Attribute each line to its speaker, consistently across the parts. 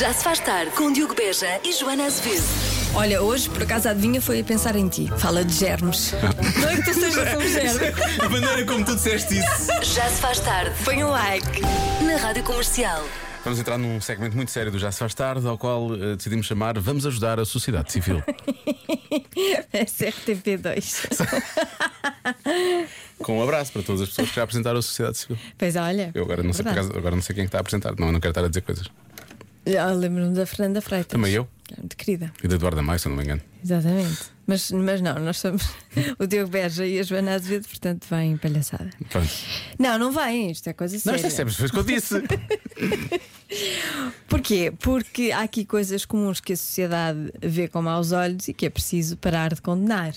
Speaker 1: Já se faz tarde com Diogo Beja e Joana Azevedo.
Speaker 2: Olha, hoje, por acaso, a adivinha foi a pensar em ti. Fala de germes. Não é que tu sejas um germe.
Speaker 3: A maneira como tu disseste isso.
Speaker 1: Já se faz tarde
Speaker 2: Põe um like.
Speaker 1: na Rádio Comercial.
Speaker 3: Vamos entrar num segmento muito sério do Já Se Faz Tarde, ao qual eh, decidimos chamar Vamos Ajudar a Sociedade Civil.
Speaker 2: SRTP2.
Speaker 3: Com um abraço para todas as pessoas que já apresentaram a Sociedade Civil.
Speaker 2: Pois olha.
Speaker 3: Eu agora não sei, por
Speaker 2: Verdade.
Speaker 3: acaso, agora não sei quem é que está a apresentar, não, não quero estar a dizer coisas.
Speaker 2: Ah, Lembro-me da Fernanda Freitas.
Speaker 3: Também eu.
Speaker 2: Que é Muito querida.
Speaker 3: E da Eduarda Maia, se eu não me engano.
Speaker 2: Exatamente. Mas, mas não, nós somos o Diogo Beja e a Joana Azevedo, portanto, vêm palhaçada.
Speaker 3: Pronto.
Speaker 2: Não, não vêm. Isto é coisa
Speaker 3: Não,
Speaker 2: séria.
Speaker 3: isto é sempre foi o que eu disse.
Speaker 2: Porquê? Porque há aqui coisas comuns que a sociedade vê com maus olhos e que é preciso parar de condenar.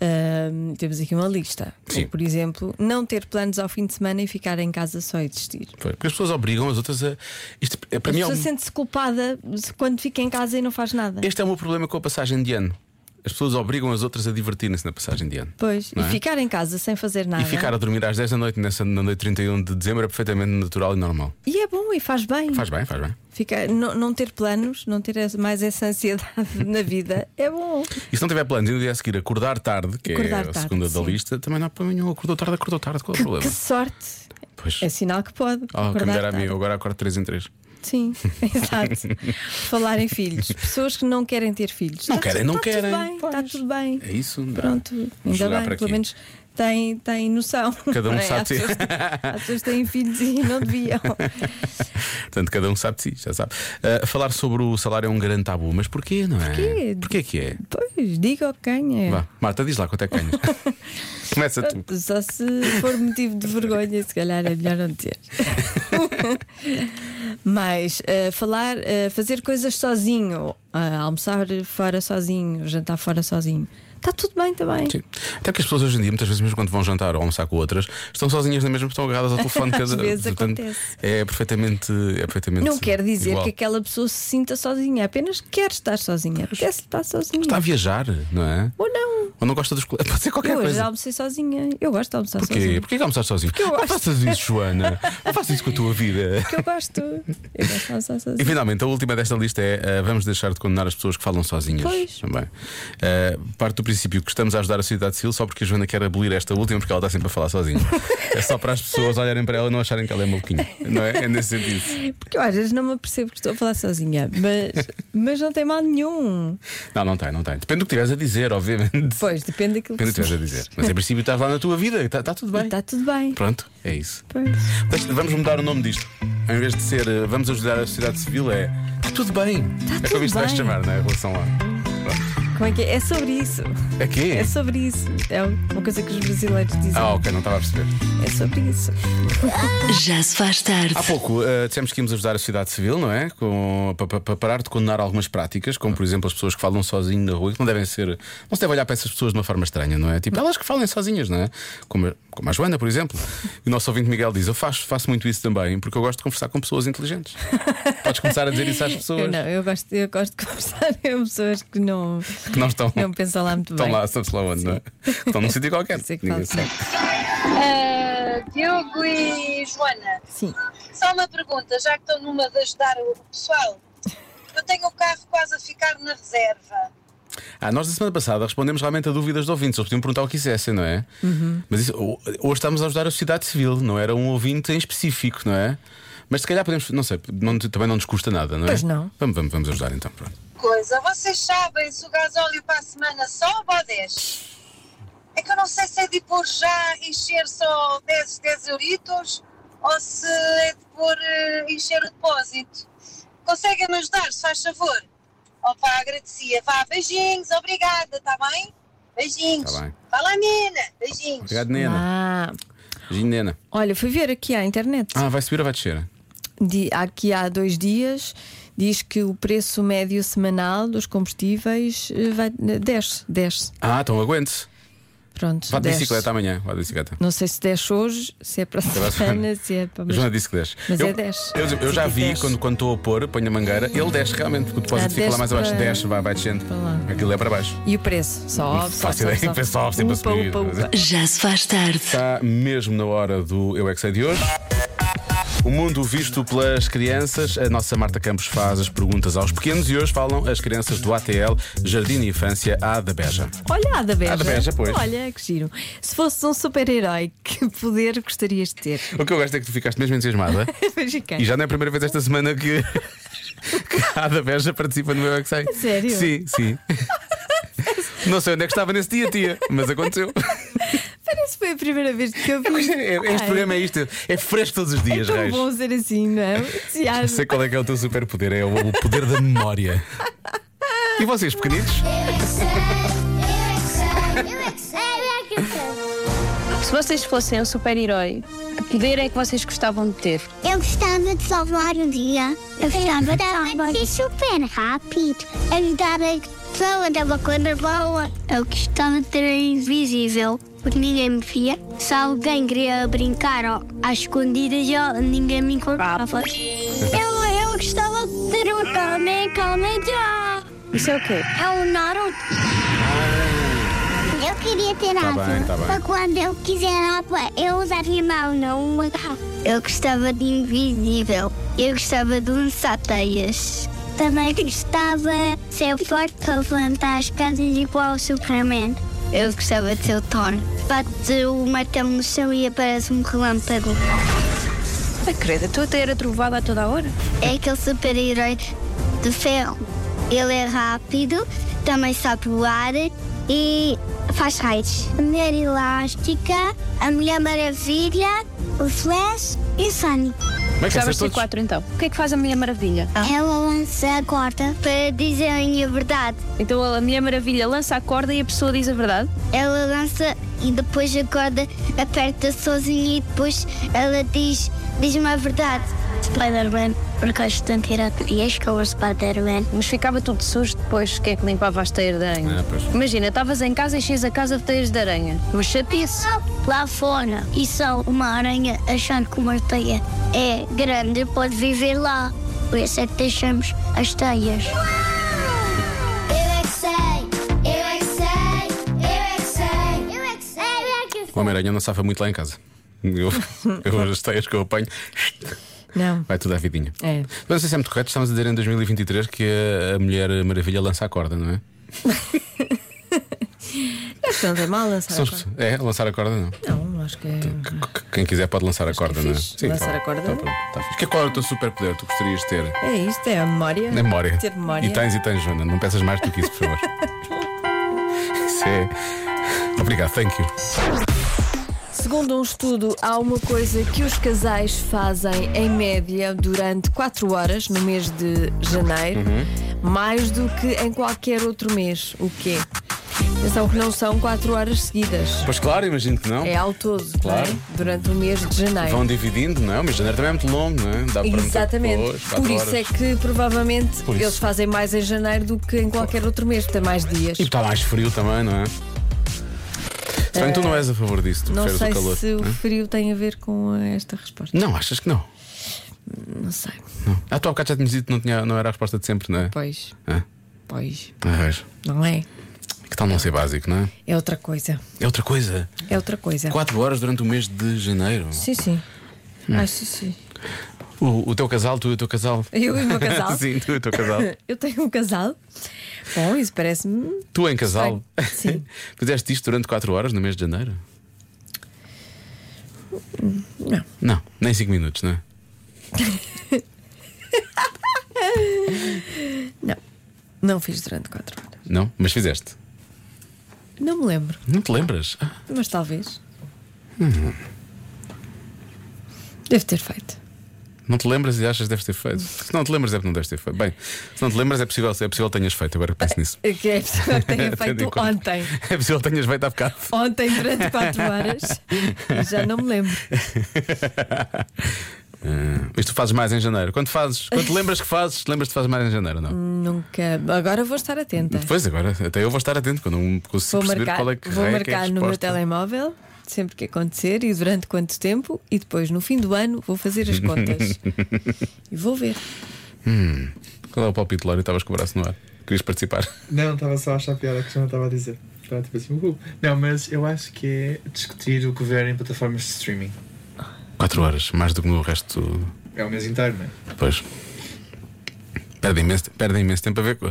Speaker 2: Ahm, temos aqui uma lista.
Speaker 3: Sim.
Speaker 2: Como, por exemplo, não ter planos ao fim de semana e ficar em casa só a existir.
Speaker 3: Foi, Porque as pessoas obrigam as outras a. Isto, é, para
Speaker 2: A
Speaker 3: mim é um-
Speaker 2: pessoa sente-se culpada se- quando fica em casa e não faz nada.
Speaker 3: Este é o meu problema com a passagem de ano. As pessoas obrigam as outras a divertirem-se na passagem de ano.
Speaker 2: Pois, é.
Speaker 3: Não
Speaker 2: e
Speaker 3: é?
Speaker 2: ficar em casa sem fazer nada.
Speaker 3: E ficar a dormir às 10 da noite, nessa, na noite 31 de dezembro, é perfeitamente natural e normal.
Speaker 2: E é bom e faz bem.
Speaker 3: Faz bem, faz bem.
Speaker 2: Ficar, não, não ter planos, não ter essa- mais essa ansiedade na vida, é bom.
Speaker 3: E se não tiver planos e no dia a seguir acordar tarde, que
Speaker 2: Acordar
Speaker 3: é a
Speaker 2: tarde,
Speaker 3: segunda da
Speaker 2: sim.
Speaker 3: lista, também não há problema nenhum. Acordou tarde, acordou tarde, qual é o problema?
Speaker 2: Que sorte!
Speaker 3: Pois.
Speaker 2: É sinal que pode.
Speaker 3: Oh, que me
Speaker 2: acordar
Speaker 3: dera a mim,
Speaker 2: tarde.
Speaker 3: eu agora acordo 3 em 3.
Speaker 2: Sim, exato. Falar em filhos. Pessoas que não querem ter filhos.
Speaker 3: Não
Speaker 2: Tá-
Speaker 3: querem, não
Speaker 2: tá
Speaker 3: querem.
Speaker 2: Tudo bem, Está
Speaker 3: Pois.
Speaker 2: tudo bem.
Speaker 3: É isso? Dá.
Speaker 2: Pronto,
Speaker 3: Vamos
Speaker 2: ainda
Speaker 3: jogar
Speaker 2: bem.
Speaker 3: para
Speaker 2: Pelo
Speaker 3: aqui.
Speaker 2: menos têm, têm noção.
Speaker 3: Cada um
Speaker 2: Não é?
Speaker 3: sabe
Speaker 2: Há
Speaker 3: de si.
Speaker 2: pessoas- Há pessoas que têm filhos e não deviam.
Speaker 3: Portanto, cada um sabe de si, já sabe. Ah, falar sobre o salário é um grande tabu, mas porquê, não é?
Speaker 2: Porquê?
Speaker 3: Porquê que é?
Speaker 2: Pois, diga ao que quem é.
Speaker 3: Vá, tá Marta, diz lá quanto é que ganhas. Começa tu.
Speaker 2: Pronto, Só se for motivo de vergonha, se calhar é melhor não ter. Mas eh, falar, eh, fazer coisas sozinho, ah, almoçar fora sozinho, jantar fora sozinho, está tudo bem também.
Speaker 3: Sim. Até porque as pessoas hoje em dia, muitas vezes, mesmo quando vão jantar ou almoçar com outras, estão sozinhas na mesma, estão agarradas ao telefone de
Speaker 2: Às
Speaker 3: casa.
Speaker 2: vezes acontece.
Speaker 3: É perfeitamente. É perfeitamente
Speaker 2: Não quer dizer
Speaker 3: igual.
Speaker 2: que aquela pessoa se sinta sozinha, apenas quer estar sozinha. Apetece estar sozinha.
Speaker 3: Está a viajar, não é?
Speaker 2: Ou não.
Speaker 3: Ou não gosta dos colegas? Pode ser qualquer
Speaker 2: Eu hoje
Speaker 3: coisa.
Speaker 2: almocei sozinha. Eu gosto de almoçar
Speaker 3: Porquê?
Speaker 2: sozinha.
Speaker 3: Porquê que almoçaste sozinho?
Speaker 2: eu
Speaker 3: não
Speaker 2: gosto.
Speaker 3: faças isso, Joana. não faças isso com a tua vida.
Speaker 2: Porque eu gosto. Eu gosto de almoçar
Speaker 3: E
Speaker 2: sozinha.
Speaker 3: finalmente, a última desta lista é ah, vamos deixar de condenar as pessoas que falam sozinhas.
Speaker 2: Pois.
Speaker 3: Também. Ah, parte do princípio que estamos a ajudar a sociedade civil só porque a Joana quer abolir esta última porque ela está sempre a falar sozinha. é só para as pessoas olharem para ela e não acharem que ela é maluquinha. Não é? É nesse sentido.
Speaker 2: Porque eu às vezes não me apercebo que estou a falar sozinha. Mas, mas não tem mal nenhum.
Speaker 3: Não, não tem, não tem. Depende do que tiveres a dizer, obviamente. Depende
Speaker 2: Pois, depende daquilo
Speaker 3: do que
Speaker 2: que
Speaker 3: tiveres a dizer. Mas em princípio estás lá na tua vida, está está tudo bem.
Speaker 2: Está tudo bem.
Speaker 3: Pronto, é isso.
Speaker 2: Pois.
Speaker 3: Deixa- Vamos mudar o nome disto. Em vez de ser eh, Vamos ajudar a sociedade civil, é Está tudo bem. é
Speaker 2: Tá tudo
Speaker 3: como isto vais
Speaker 2: bem.
Speaker 3: chamar, não é? Em relação a. Pronto.
Speaker 2: Como é que é? É sobre isso.
Speaker 3: É quê?
Speaker 2: É sobre isso. É uma coisa que os brasileiros dizem.
Speaker 3: Ah, ok, não estava a perceber.
Speaker 2: É sobre isso.
Speaker 1: Já se faz tarde.
Speaker 3: Há pouco eh, dissemos que íamos ajudar a sociedade civil, não é? Com- pa- pa- Para parar de condenar algumas práticas, como por exemplo as pessoas que falam sozinho na rua, que não devem ser. Não se deve olhar para essas pessoas de uma forma estranha, não é? Tipo, elas que falem sozinhas, não é? Como, a- como a Joana, por exemplo. E o nosso ouvinte Miguel diz: Eu faço, faço muito isso também, porque eu gosto de conversar com pessoas inteligentes. Podes começar a dizer isso às
Speaker 2: Eu
Speaker 3: pessoas
Speaker 2: não, eu gosto, eu gosto de conversar com pessoas que não,
Speaker 3: que não estão.
Speaker 2: não pensam lá muito
Speaker 3: Estão
Speaker 2: bem.
Speaker 3: lá, sabes lá onde, não é? Estão num sítio qualquer.
Speaker 2: Isso é que
Speaker 3: Ninguém
Speaker 2: falo
Speaker 3: sabe.
Speaker 4: Ah, Diogo e Joana,
Speaker 2: Sim.
Speaker 4: só uma pergunta, já que estão numa de ajudar o pessoal. Eu tenho o carro quase a ficar na reserva.
Speaker 3: Ah, nós na semana passada respondemos realmente a dúvidas de ouvintes. Eles podiam perguntar o que quisessem, não é?
Speaker 2: Uhum.
Speaker 3: Mas isso- ho- hoje estamos a ajudar a sociedade civil, não era um ouvinte em específico, não é? Mas se calhar podemos, não sei, não- também não nos custa nada, não é?
Speaker 2: Pois não.
Speaker 3: Vamos, vamos, vamos ajudar então, pronto.
Speaker 4: Coisa, vocês sabem se o gasóleo para a semana sobe ou desce? É que eu não sei se é de pôr já encher só 10, 10 euritos ou se é de pôr eh, encher o depósito. Conseguem-me ajudar, se faz favor? Opa, agradecia. Vá, beijinhos, obrigada, está bem? Beijinhos.
Speaker 3: Tá bem.
Speaker 4: Vá lá, menina, beijinhos.
Speaker 3: Obrigado, Nena.
Speaker 2: Ah,
Speaker 3: Beijinho, Nena.
Speaker 2: olha, fui ver aqui à internet.
Speaker 3: Ah, vai subir ou vai descer?
Speaker 2: Di- aqui há dois dias diz que o preço médio semanal dos combustíveis eh, vai, desce, desce.
Speaker 3: Ah, então aguente-se.
Speaker 2: Pronto,
Speaker 3: Vá de
Speaker 2: desce.
Speaker 3: bicicleta amanhã, vá de bicicleta.
Speaker 2: Não sei se desce hoje, se é para a
Speaker 3: para a
Speaker 2: semana, se é para.
Speaker 3: A Joana disse que desce.
Speaker 2: Mas
Speaker 3: eu,
Speaker 2: é desce.
Speaker 3: Eu, eu já
Speaker 2: Sim,
Speaker 3: vi
Speaker 2: desce.
Speaker 3: quando, quando estou a pôr, ponho a mangueira, ele desce realmente, porque o depósito
Speaker 2: Ah,
Speaker 3: fica lá
Speaker 2: desce
Speaker 3: mais abaixo.
Speaker 2: para-
Speaker 3: Desce, vai, vai descendo.
Speaker 2: para lá.
Speaker 3: Aquilo é para baixo.
Speaker 2: E o preço? Sobe,
Speaker 3: Não faço
Speaker 2: sobe,
Speaker 3: ideia,
Speaker 2: sobe,
Speaker 3: sobe
Speaker 2: sobe.
Speaker 3: sempre a
Speaker 2: Upa,
Speaker 3: subir. é
Speaker 2: upa, upa.
Speaker 1: Já se faz tarde.
Speaker 3: Está mesmo na hora do Eu é Que Sei de hoje. O mundo visto pelas crianças. A nossa Marta Campos faz as perguntas aos pequenos e hoje falam as crianças do ATL Jardim de Infância A da Beja.
Speaker 2: Olha, a da Beja.
Speaker 3: A da Beja, pois.
Speaker 2: Olha, que giro. Se fosses um super-herói, que poder gostarias de ter?
Speaker 3: O que eu gosto é que tu ficaste mesmo entusiasmada.
Speaker 2: Mas fiquei.
Speaker 3: E já não é a primeira vez esta semana que, que a Ada Beja participa no meu é que sei.
Speaker 2: Sério?
Speaker 3: Sim, sim. Não sei onde é que estava nesse dia, tia, mas aconteceu.
Speaker 2: Parece que foi a primeira vez que eu vi.
Speaker 3: É- é- Este
Speaker 2: Ai,
Speaker 3: programa é isto, é fresco todos os
Speaker 2: É
Speaker 3: dias,
Speaker 2: tão
Speaker 3: Reis.
Speaker 2: bom ser assim, não é?
Speaker 3: Não sei
Speaker 2: Entusiasmo.
Speaker 3: qual é que é o teu superpoder, é o o poder da memória. E vocês, pequenitos?
Speaker 5: Se vocês fossem um super-herói, que poder é que vocês gostavam de ter?
Speaker 6: Eu gostava de salvar um dia. Eu gostava de salvar. Ser super rápido. Ajudar a pessoa da uma coisa boa. Eu gostava de ser invisível. Porque ninguém me via. Se alguém queria brincar ó, às escondidas, eu- ninguém me encontrava. Eu, eu gostava de ter um Kame Kame já.
Speaker 5: Isso é o quê?
Speaker 6: É um Naruto. Eu queria ter água.
Speaker 3: bem, tá bem.
Speaker 6: Para quando eu quiser água, eu usaria mão, não uma garrafa. Eu gostava de invisível. Eu gostava de lançar teias. Também gostava de ser forte para levantar as casas igual ao Superman. Eu gostava de ser o Thor. Bate o martelo no chão e aparece um relâmpago.
Speaker 5: Ah, credo, estou a ter a trovada a toda a hora.
Speaker 6: É aquele super-herói de ferro. Ele é rápido, também sabe voar e faz raios. A mulher elástica, a mulher maravilha, o Flash e o Sonic.
Speaker 3: Como é que é?
Speaker 5: Gostavas de ter
Speaker 3: Todos?
Speaker 5: quatro então. O que é que faz a Mulher Maravilha?
Speaker 6: Ela lança a corda para dizerem a verdade.
Speaker 5: Então a Mulher Maravilha lança a corda e a pessoa diz a verdade?
Speaker 6: Ela lança e depois a corda aperta sozinha e depois ela diz, diz-me a verdade. Spider-Man, porque acho que tirar dias com o Spider-Man.
Speaker 5: Mas ficava tudo sujo depois, que é que limpava as teias de aranha?
Speaker 3: Ah, pois.
Speaker 5: Imagina, estavas em casa e enchias a casa de teias de aranha. Uma chatice.
Speaker 6: Lá fora, e só uma aranha achando que uma teia é grande pode viver lá. Por isso é que deixamos as teias. Eu é que sei, eu é que sei, eu é que sei, eu é que sei, eu é que sei.
Speaker 3: O Homem-Aranha não safa muito lá em casa. Eu, eu as teias que eu apanho,
Speaker 2: Não.
Speaker 3: vai tudo à vidinha.
Speaker 2: É.
Speaker 3: Mas não sei se é muito correto, estamos a dizer em 2023 que a- a Mulher Maravilha lança a corda, não é?
Speaker 2: Portanto, é mal lançar.
Speaker 3: São
Speaker 2: a
Speaker 3: as pessoas- É, lançar a corda não.
Speaker 2: corda. Não, acho que é.
Speaker 3: C- c- Quem quiser pode lançar a corda, não é?
Speaker 2: fixe. Lançar
Speaker 3: tá-
Speaker 2: a corda,
Speaker 3: tá
Speaker 2: não.
Speaker 3: pronto, tá fixe. Que qual é o teu superpoder que tu gostarias de ter?
Speaker 2: É isto, é a memória.
Speaker 3: Na memória.
Speaker 2: Ter memória.
Speaker 3: E tens e tens, Joana. Não peças mais do que isso, por favor. isso é. Obrigado, thank you.
Speaker 2: Segundo um estudo, há uma coisa que os casais fazem em média durante 4 horas no mês de janeiro,
Speaker 3: Uhum.
Speaker 2: mais do que em qualquer outro mês. O quê? Atenção que não são 4 horas seguidas.
Speaker 3: Pois claro, imagino que não.
Speaker 2: É ao todo,
Speaker 3: Claro.
Speaker 2: não é? durante o mês de janeiro.
Speaker 3: Vão dividindo, não é? Mas janeiro também é muito longo, não é? Dá para meter
Speaker 2: Exatamente.
Speaker 3: depois, quatro
Speaker 2: Por isso
Speaker 3: horas.
Speaker 2: é que provavelmente
Speaker 3: Por isso.
Speaker 2: eles fazem mais em janeiro do que em qualquer outro mês, tem mais dias.
Speaker 3: E está mais frio também, não é? Se bem que tu não és a favor disso, tu
Speaker 2: Ah, Não
Speaker 3: preferes
Speaker 2: sei
Speaker 3: o calor.
Speaker 2: se o
Speaker 3: não é?
Speaker 2: frio tem a ver com esta resposta.
Speaker 3: Não, achas que não?
Speaker 2: Não sei.
Speaker 3: Não. Ah, tu há bocado já tinhas dito que não, tinha, não era a resposta de sempre, não é?
Speaker 2: Pois,
Speaker 3: Ah,
Speaker 2: pois,
Speaker 3: ah, vejo.
Speaker 2: não é?
Speaker 3: Que tal não ser básico, não é?
Speaker 2: É outra coisa.
Speaker 3: É outra coisa.
Speaker 2: É outra coisa.
Speaker 3: 4 horas durante o mês de janeiro.
Speaker 2: Sim, sim. Acho que sim.
Speaker 3: O, o teu casal, tu e o teu casal.
Speaker 2: Eu e o meu casal.
Speaker 3: Sim, tu e o teu casal.
Speaker 2: Eu tenho um casal. Bom, isso parece-me.
Speaker 3: tu em casal.
Speaker 2: Sim.
Speaker 3: Fizeste isto durante 4 horas no mês de janeiro?
Speaker 2: Não.
Speaker 3: Não, nem 5 minutos, não é?
Speaker 2: Não. Não fiz durante 4 horas.
Speaker 3: Não, mas fizeste.
Speaker 2: Não me lembro,
Speaker 3: Não te lembras? Ah,
Speaker 2: mas talvez. Uhum. Deve ter feito.
Speaker 3: Não te lembras e achas que deves ter feito? Se não te lembras é porque não deves ter feito. Bem, se não te lembras é possível, é possível que tenhas feito, agora que penso nisso.
Speaker 2: É Que é possível que tenha
Speaker 3: Tendo em
Speaker 2: feito
Speaker 3: conta.
Speaker 2: ontem.
Speaker 3: É possível que tenhas feito há bocado.
Speaker 2: Ontem, durante 4 horas. Já não me lembro.
Speaker 3: Ah, Isto fazes mais em janeiro. Quando fazes, quando te lembras que fazes, lembras-te que fazes mais em janeiro, não?
Speaker 2: Hum. Nunca. Agora vou estar atenta.
Speaker 3: Pois agora, até eu vou estar atento quando eu
Speaker 2: Vou
Speaker 3: consigo perceber
Speaker 2: marcar,
Speaker 3: qual é que
Speaker 2: vou
Speaker 3: raio é que é a
Speaker 2: marcar no meu
Speaker 3: resposta.
Speaker 2: telemóvel sempre que acontecer e durante quanto tempo e depois no fim do ano vou fazer as contas e vou ver.
Speaker 3: Qual é o palpite, Lório? Estavas com o braço no ar. Querias participar?
Speaker 7: Não, estava só a achar piada que já não estava a dizer. Estava tipo assim, uhul. Não, mas eu acho que é discutir o que ver em plataformas de streaming.
Speaker 3: 4 horas, mais do que no resto. do-
Speaker 7: É o mês inteiro, não é?
Speaker 3: Pois. Perdem imenso, perdem imenso tempo a ver. co-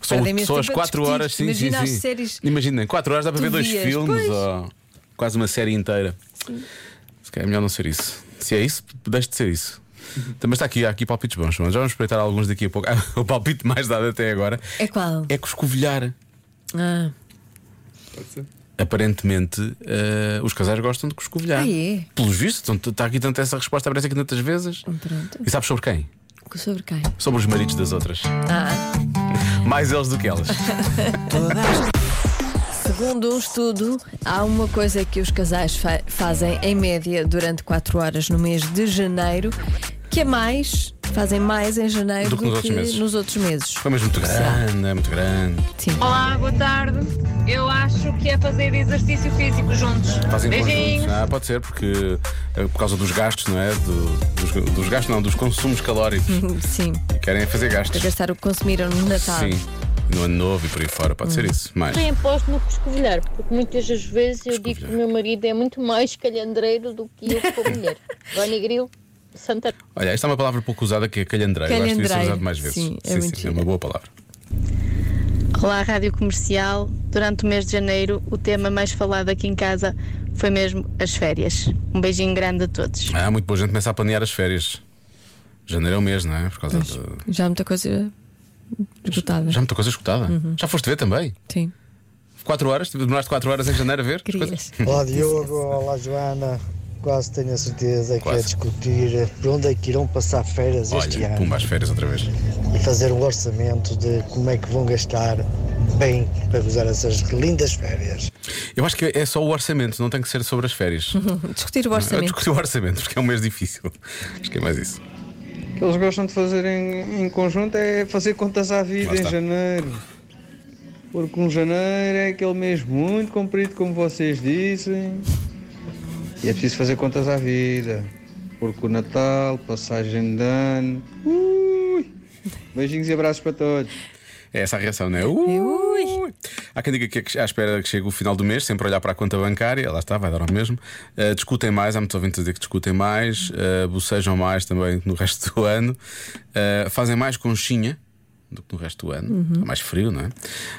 Speaker 3: Só,
Speaker 2: Perdem imenso
Speaker 3: só as
Speaker 2: tempo a
Speaker 3: 4
Speaker 2: discutir.
Speaker 3: horas, sim,
Speaker 2: Imagina
Speaker 3: sim,
Speaker 2: as
Speaker 3: sim.
Speaker 2: séries
Speaker 3: Imaginem, 4 horas dá para
Speaker 2: que
Speaker 3: ver
Speaker 2: tu
Speaker 3: dois
Speaker 2: vias.
Speaker 3: filmes
Speaker 2: Pois.
Speaker 3: ou quase uma série inteira. Se calhar é melhor não ser isso. Se é isso, deixe de ser isso. Também está aqui, há aqui palpites bons, mas já vamos espreitar alguns daqui a pouco. Ah, o palpite mais dado até agora
Speaker 2: É qual?
Speaker 3: é coscovilhar.
Speaker 2: Ah,
Speaker 7: Pode ser.
Speaker 3: Aparentemente, eh, os casais gostam de coscovilhar.
Speaker 2: Ah, é? Então.
Speaker 3: Pelos vistos, então, está aqui tanto essa resposta, aparece aqui tantas vezes.
Speaker 2: pronto.
Speaker 3: E sabes sobre quem?
Speaker 2: Sobre quem?
Speaker 3: Sobre os maridos das outras.
Speaker 2: Ah.
Speaker 3: Mais eles do que elas.
Speaker 2: Segundo um estudo, há uma coisa que os casais fa- fazem em média durante 4 horas no mês de janeiro, que é mais, fazem mais em janeiro
Speaker 3: Do que nos outros meses.
Speaker 2: nos outros meses.
Speaker 3: Foi mesmo muito grande, é muito grande.
Speaker 2: Sim.
Speaker 8: Olá, boa tarde. Eu acho que é fazer exercício físico juntos.
Speaker 3: Fazem
Speaker 8: Beijinhos.
Speaker 3: conjuntos. Ah, pode ser, porque eh, por causa dos gastos, não é? Do- dos, dos gastos, não, dos consumos calóricos.
Speaker 2: Sim,
Speaker 3: Querem fazer gastos.
Speaker 2: para gastar o que consumiram no Natal.
Speaker 3: Sim. No ano novo e por aí fora, pode ser isso. Mais.
Speaker 9: Eu aposto no coscovilhar, porque muitas das vezes eu digo que o meu marido é muito mais calhandreiro do que eu como mulher. Vani Grilo, Santa
Speaker 3: Olha, esta é uma palavra pouco usada que é calhandreiro. Eu acho que devia ser
Speaker 2: Calhandreiro.
Speaker 3: usado mais vezes.
Speaker 2: Sim, é
Speaker 3: sim,
Speaker 2: muito
Speaker 3: é
Speaker 2: giro.
Speaker 3: uma boa palavra.
Speaker 10: Olá, Rádio Comercial. Durante o mês de janeiro, o tema mais falado aqui em casa foi mesmo as férias. Um beijinho grande a todos.
Speaker 3: Ah, muito boa gente começa a planear as férias. Janeiro é o mês, não é? Por causa de.
Speaker 2: Já há muita coisa esgotada.
Speaker 3: Já muita coisa escutada. Já foste ver também?
Speaker 2: Sim.
Speaker 3: 4 horas? Demoraste 4 horas em janeiro a ver? as coisas?
Speaker 2: Querias.
Speaker 11: Olá Diogo, olá Joana. Quase tenho a certeza que
Speaker 3: Quase.
Speaker 11: é discutir por onde é que irão passar férias este
Speaker 3: Olha,
Speaker 11: ano
Speaker 3: pumba, as férias outra vez.
Speaker 11: e fazer um orçamento de como é que vão gastar bem para gozar essas lindas férias.
Speaker 3: Eu acho que é só o orçamento, não tem que ser sobre as férias.
Speaker 2: Discutir o
Speaker 3: Eu
Speaker 2: Uhum. orçamento.
Speaker 3: discuti o orçamento, porque é um mês difícil. Acho que é mais isso.
Speaker 7: O que eles gostam de fazer em, em conjunto é fazer contas à
Speaker 3: Lá
Speaker 7: vida em
Speaker 3: está.
Speaker 7: janeiro. Porque um janeiro é aquele mês muito comprido, como vocês dizem. E é preciso fazer contas à vida. Porque o Natal, passagem de ano. Ui! Beijinhos e abraços para todos.
Speaker 3: É essa a reação, não é? Ui! Há quem diga que é que- à espera que chegue o final do mês, sempre olhar para a conta bancária, lá está, vai dar ao mesmo. Uh, discutem mais, há muitos ouvintes a dizer que discutem mais, uh, bocejam mais também no resto do ano, Uh, fazem mais conchinha do que no resto do ano, é mais frio, não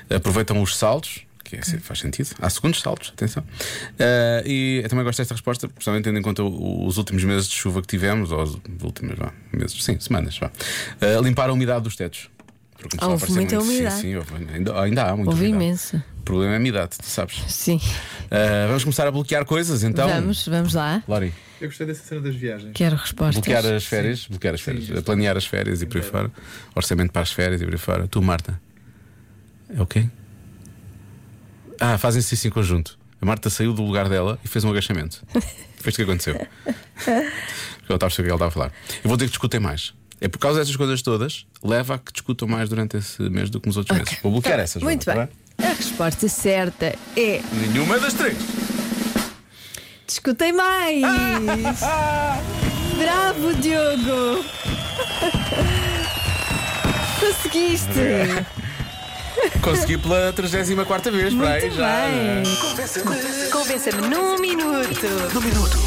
Speaker 3: é? Aproveitam os saltos. Que é, faz sentido. Há segundos saltos, atenção. Uh, e eu também gosto desta resposta, principalmente tendo em conta o- os últimos meses de chuva que tivemos, ou os últimos vá, meses, sim, semanas. Vá. Uh, limpar a umidade dos tetos. Porque começou a
Speaker 2: Ah, Houve
Speaker 3: aparecer
Speaker 2: muita
Speaker 3: muito- sim,
Speaker 2: umidade.
Speaker 3: sim, houve- ainda, ah, ainda há muita
Speaker 2: Houve
Speaker 3: umidade.
Speaker 2: imenso.
Speaker 3: O problema é a umidade, tu sabes.
Speaker 2: Sim.
Speaker 3: Uh, vamos começar a bloquear coisas, então.
Speaker 2: vamos, vamos lá.
Speaker 3: Lori,
Speaker 7: Eu gostei dessa cena das viagens.
Speaker 2: Quero respostas.
Speaker 3: bloquear as férias, bloquear as férias, planear as férias e por aí fora. Orçamento para as férias e por aí fora. Tu, Marta, é o quê? Ah, fazem-se isso em conjunto. A Marta saiu do lugar dela e fez um agachamento. Foi isto que aconteceu. Porque eu estava a saber o que ela estava a falar. Eu vou dizer que discutem mais. É por causa dessas coisas todas, leva a que discutam mais durante esse mês do que nos outros meses. Vou bloquear essas. tá
Speaker 2: Muito
Speaker 3: Joana,
Speaker 2: Tá bem. A resposta certa é
Speaker 3: tá bem? Nenhuma das três.
Speaker 2: Discutem mais! Bravo, Diogo! Conseguiste!
Speaker 3: Consegui pela 34 vez, para aí
Speaker 2: Muito
Speaker 3: já. né?
Speaker 2: bem! Convença-me num minuto! Num minuto!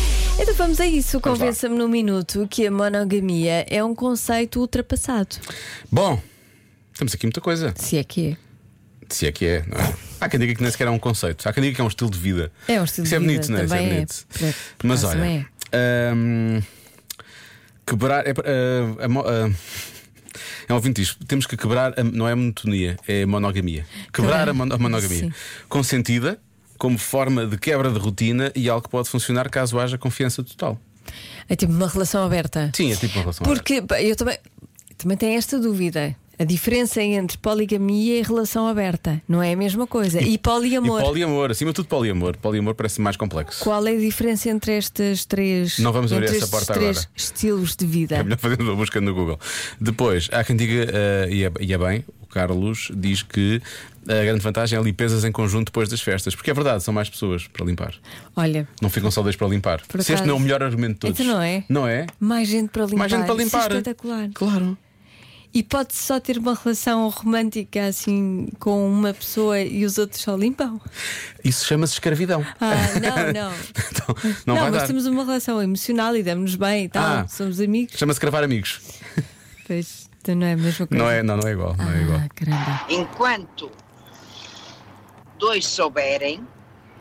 Speaker 2: Então vamos a isso,
Speaker 3: lá.
Speaker 2: convença-me num minuto que a monogamia é um conceito ultrapassado.
Speaker 3: Bom, temos aqui muita coisa.
Speaker 2: Se é que
Speaker 3: Se é que é, não é? Há quem diga que nem sequer é um conceito, há quem diga que é um estilo de vida.
Speaker 2: é. É um estilo
Speaker 3: Isso é
Speaker 2: de vida,
Speaker 3: bonito, não é? Isso é
Speaker 2: também
Speaker 3: bonito.
Speaker 2: Por- por
Speaker 3: Mas
Speaker 2: acaso
Speaker 3: olha,
Speaker 2: é.
Speaker 3: hum, quebrar. É, ah, a mo- ah, é um ouvinte diz: temos que quebrar, a- não é a monotonia, é a monogamia. Quebrar a, mon- a monogamia.
Speaker 2: Sim.
Speaker 3: Consentida, como forma de quebra de rotina e algo que pode funcionar caso haja confiança total.
Speaker 2: É tipo uma relação aberta.
Speaker 3: Sim, é tipo uma relação. aberta.
Speaker 2: Porque pá, eu também, também tenho esta dúvida. A diferença entre poligamia e relação aberta não é a mesma coisa. E, poliamor.
Speaker 3: E poliamor, acima de tudo poliamor. Poliamor parece mais complexo.
Speaker 2: Qual é a diferença entre estas três,
Speaker 3: Não vamos abrir
Speaker 2: entre
Speaker 3: essa
Speaker 2: estes
Speaker 3: porta
Speaker 2: três
Speaker 3: agora.
Speaker 2: estilos de vida?
Speaker 3: É melhor fazermos uma busca no Google. Depois, há quem diga, eh, e, é, e é bem, o Carlos diz que a grande vantagem é limpezas em conjunto depois das festas. Porque é verdade, são mais pessoas para limpar.
Speaker 2: Olha,
Speaker 3: Não ficam só dois para limpar.
Speaker 2: Por
Speaker 3: Se este
Speaker 2: acaso-
Speaker 3: não é o melhor argumento de todos.
Speaker 2: Então não é?
Speaker 3: Não é?
Speaker 2: mais gente para limpar.
Speaker 3: Mais gente para
Speaker 2: Isso é
Speaker 3: limpar.
Speaker 2: espetacular.
Speaker 3: Claro.
Speaker 2: E pode só ter uma relação romântica assim com uma pessoa e os outros só limpam?
Speaker 3: Isso chama-se escravidão.
Speaker 2: Ah, não, não.
Speaker 3: então, não, vai
Speaker 2: mas
Speaker 3: dar.
Speaker 2: temos uma relação emocional e damos-nos bem e tal,
Speaker 3: Ah.
Speaker 2: somos amigos.
Speaker 3: Chama-se cravar amigos.
Speaker 2: Pois, então não é a mesma coisa.
Speaker 3: Não é, não, não é igual, não é igual.
Speaker 12: Enquanto dois souberem,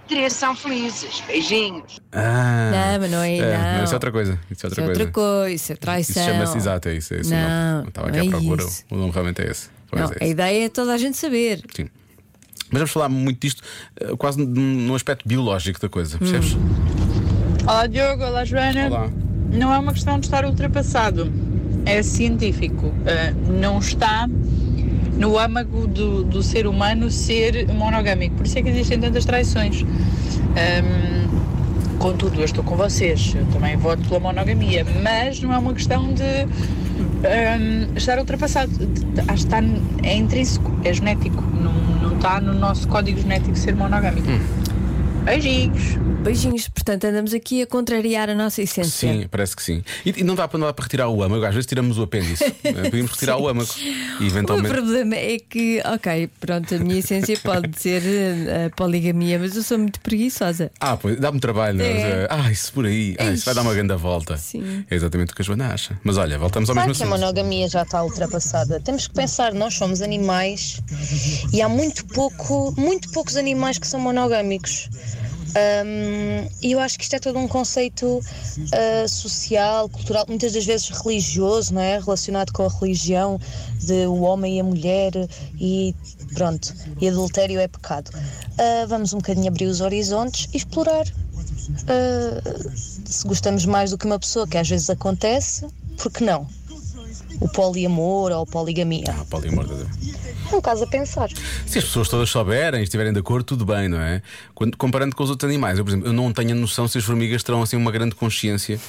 Speaker 12: três são felizes. Beijinhos.
Speaker 3: Ah,
Speaker 2: Não, mas não é, não.
Speaker 3: Isso é outra coisa. Isso é
Speaker 2: Isso
Speaker 3: outra
Speaker 2: é
Speaker 3: coisa.
Speaker 2: outra coisa, isso é
Speaker 3: Isso
Speaker 2: traição.
Speaker 3: chama-se exato, é isso. É isso o nome.
Speaker 2: Não,
Speaker 3: Estava
Speaker 2: não
Speaker 3: aqui
Speaker 2: é
Speaker 3: à procura.
Speaker 2: isso.
Speaker 3: O nome realmente é esse. Pois
Speaker 2: Não,
Speaker 3: é
Speaker 2: a
Speaker 3: esse.
Speaker 2: ideia é toda a gente saber.
Speaker 3: Sim. Mas vamos falar muito disto, eh, quase num num aspecto biológico da coisa, percebes?
Speaker 2: Hum.
Speaker 13: Olá Diogo, olá Joana.
Speaker 3: Olá.
Speaker 13: Não é uma questão de estar ultrapassado, é científico. Uh, não está no âmago do, do ser humano ser monogâmico. Por isso é que existem tantas traições. Um, contudo, eu estou com vocês, eu também voto pela monogamia, mas não é uma questão de um, estar ultrapassado. De- de- Acho que está, n- é intrínseco, é genético, não, não está no nosso código genético ser monogâmico. Beijinhos.
Speaker 2: Beijinhos, portanto, andamos aqui a contrariar a nossa essência.
Speaker 3: Sim, parece que sim. E, e não dá para, não dá para retirar o âmago, às vezes tiramos o apêndice. Eh, Podíamos retirar o âmago. E
Speaker 2: O meu
Speaker 3: eventualmente.
Speaker 2: problema é que, ok, pronto, a minha essência pode ser eh, a poligamia, mas eu sou muito preguiçosa.
Speaker 3: Ah, pois, dá-me trabalho, não
Speaker 2: É.
Speaker 3: é? Ah, isso por aí. Ah, isso vai dar uma grande volta.
Speaker 2: Sim.
Speaker 3: É exatamente o que a Joana acha. Mas olha, voltamos ao
Speaker 14: Claro
Speaker 3: mesmo
Speaker 14: que é a
Speaker 3: assunto.
Speaker 14: monogamia já está ultrapassada. Temos que pensar, nós somos animais e há muito pouco, muito poucos animais que são monogâmicos. Hum, E eu acho que isto é todo um conceito ah, social, cultural, muitas das vezes religioso, não é? Relacionado com a religião de o homem e a mulher e pronto, e adultério é pecado. Ah, vamos um bocadinho abrir os horizontes e explorar. Ah, se gostamos mais do que uma pessoa, que às vezes acontece, por que não? O poliamor ou poligamia.
Speaker 3: Poliamor, estás a ver?
Speaker 14: É um caso a pensar.
Speaker 3: Se as pessoas todas souberem, estiverem de acordo, tudo bem, não é? Quando- comparando com os outros animais, eu, por exemplo, eu não tenho a noção se as formigas terão assim uma grande consciência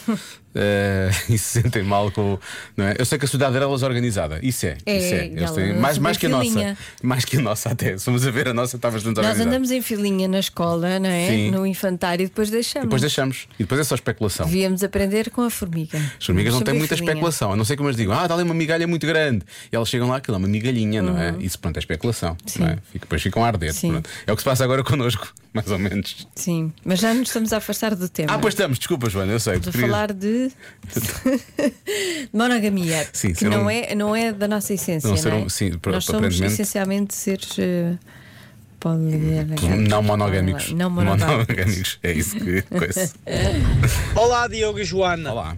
Speaker 3: eh, e se sentem mal com. o- Não é? Eu sei que a sociedade delas é organizada, isso é.
Speaker 2: É,
Speaker 3: isso é.
Speaker 2: e
Speaker 3: Eles têm,
Speaker 2: elas
Speaker 3: mais
Speaker 2: têm
Speaker 3: mais que a nossa.
Speaker 2: filinha.
Speaker 3: Mais que a nossa, até. Se Vamos a ver, a nossa está bastante
Speaker 2: Nós
Speaker 3: organizada.
Speaker 2: andamos em filinha na escola, não é?
Speaker 3: é Sim.
Speaker 2: No infantário e depois deixamos.
Speaker 3: Depois deixamos. E depois é só especulação.
Speaker 2: Devíamos aprender com a formiga.
Speaker 3: As formigas não
Speaker 2: Sobre
Speaker 3: têm
Speaker 2: a
Speaker 3: muita
Speaker 2: filinha.
Speaker 3: especulação, a não ser que umas digam, ah, dá ali uma migalha muito grande. E elas chegam lá, aquilo é uma migalhinha, não
Speaker 2: Uhum.
Speaker 3: é? Isso, pronto, é especulação. Não é? Fica- Depois ficam a arder. pronto. É o que se passa agora connosco, mais ou menos.
Speaker 2: Sim, mas já nos estamos a afastar do tema.
Speaker 3: Ah, pois estamos, desculpa, Joana, eu sei.
Speaker 2: De
Speaker 3: tu querias-
Speaker 2: falar de monogamia,
Speaker 3: Sim,
Speaker 2: que
Speaker 3: ser
Speaker 2: não,
Speaker 3: um-
Speaker 2: é, não é da nossa essência.
Speaker 3: Não,
Speaker 2: Não,
Speaker 3: ser um-
Speaker 2: é?
Speaker 3: sim, pr-
Speaker 2: Nós somos
Speaker 3: aparentemente- Hum,
Speaker 2: essencialmente seres eh, poliamigos.
Speaker 3: Não monogâmicos.
Speaker 2: Não monogâmicos.
Speaker 3: É isso que coisa.
Speaker 15: Olá, Diogo e Joana.
Speaker 3: Olá.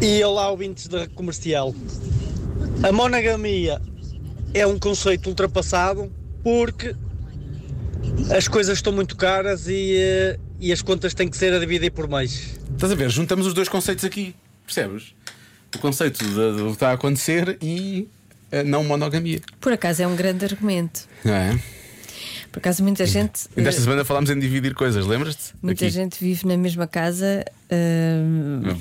Speaker 15: E olá, ouvintes da comercial. A monogamia é um conceito ultrapassado porque as coisas estão muito caras e, eh, e as contas têm que ser a dividir por mais.
Speaker 3: Estás a ver? Juntamos os dois conceitos aqui, percebes? O conceito de- do que está a acontecer e a não monogamia,
Speaker 2: Por acaso é um grande argumento.
Speaker 3: não é?
Speaker 2: Por acaso muita gente.
Speaker 3: E desta
Speaker 2: eh,
Speaker 3: semana falámos em dividir coisas, lembras-te?
Speaker 2: Muita
Speaker 3: Aqui.
Speaker 2: gente vive na mesma casa eh,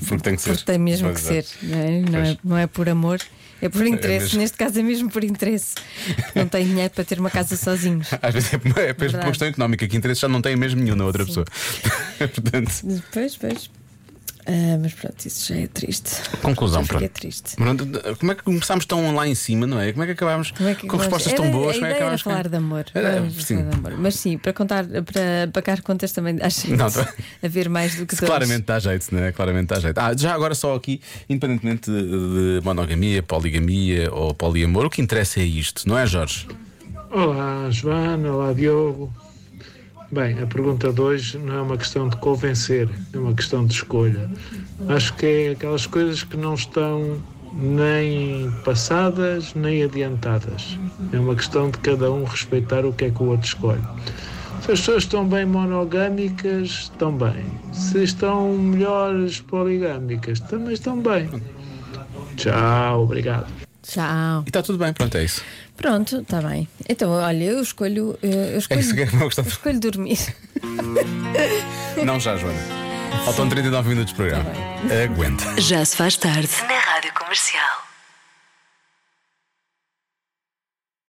Speaker 3: Porque tem que ser.
Speaker 2: tem mesmo
Speaker 3: Pois
Speaker 2: que
Speaker 3: é.
Speaker 2: ser, não é? Não é,
Speaker 3: Pois.
Speaker 2: não é por amor, é por
Speaker 3: É
Speaker 2: interesse.
Speaker 3: mesmo.
Speaker 2: Neste caso é mesmo por interesse. Porque Não tem dinheiro para ter uma casa sozinhos.
Speaker 3: Às vezes é, é apenas por
Speaker 2: Verdade.
Speaker 3: uma questão económica, que interesse já não tem mesmo nenhum na outra pessoa. Portanto,
Speaker 2: Pois, pois. Ah, mas pronto, isso já é triste.
Speaker 3: conclusão,
Speaker 2: Já fiquei
Speaker 3: é um pronto.
Speaker 2: triste.
Speaker 3: Pronto, Como é que começámos tão lá em cima, não é? Como é que acabámos com respostas tão
Speaker 2: Era-
Speaker 3: boas?
Speaker 2: A
Speaker 3: Como é
Speaker 2: ideia era
Speaker 3: que acabámos? com-
Speaker 2: falar de amor.
Speaker 3: Era-
Speaker 2: Vamos
Speaker 3: sim.
Speaker 2: falar de amor. Mas sim, para contar, para pagar contas também acho que
Speaker 3: Não, tá-
Speaker 2: haver mais do que dois.
Speaker 3: Claramente dá jeito, né? Claramente dá jeito. Ah, já agora só aqui, independentemente de, de monogamia, poligamia ou poliamor, o que interessa é isto, não é, Jorge?
Speaker 16: Olá, Joana, olá, Diogo. Bem, a pergunta de hoje não é uma questão de convencer, é uma questão de escolha. Acho que é aquelas coisas que não estão nem passadas nem adiantadas. É uma questão de cada um respeitar o que é que o outro escolhe. Se as pessoas estão bem monogâmicas, estão bem. Se estão melhores poligâmicas, também estão bem. Tchau, obrigado.
Speaker 2: Tchau.
Speaker 3: E está tudo bem, pronto, é isso.
Speaker 2: Pronto, está bem. Então, olha, eu escolho. eh, Eu, eu escolho,
Speaker 3: isso que é que não
Speaker 2: eu
Speaker 3: gostava.
Speaker 2: escolho dormir.
Speaker 3: Não já, Joana.
Speaker 2: Tá
Speaker 3: Faltam 39 minutos de programa. Aguenta.
Speaker 1: Já se faz tarde. Na Rádio Comercial.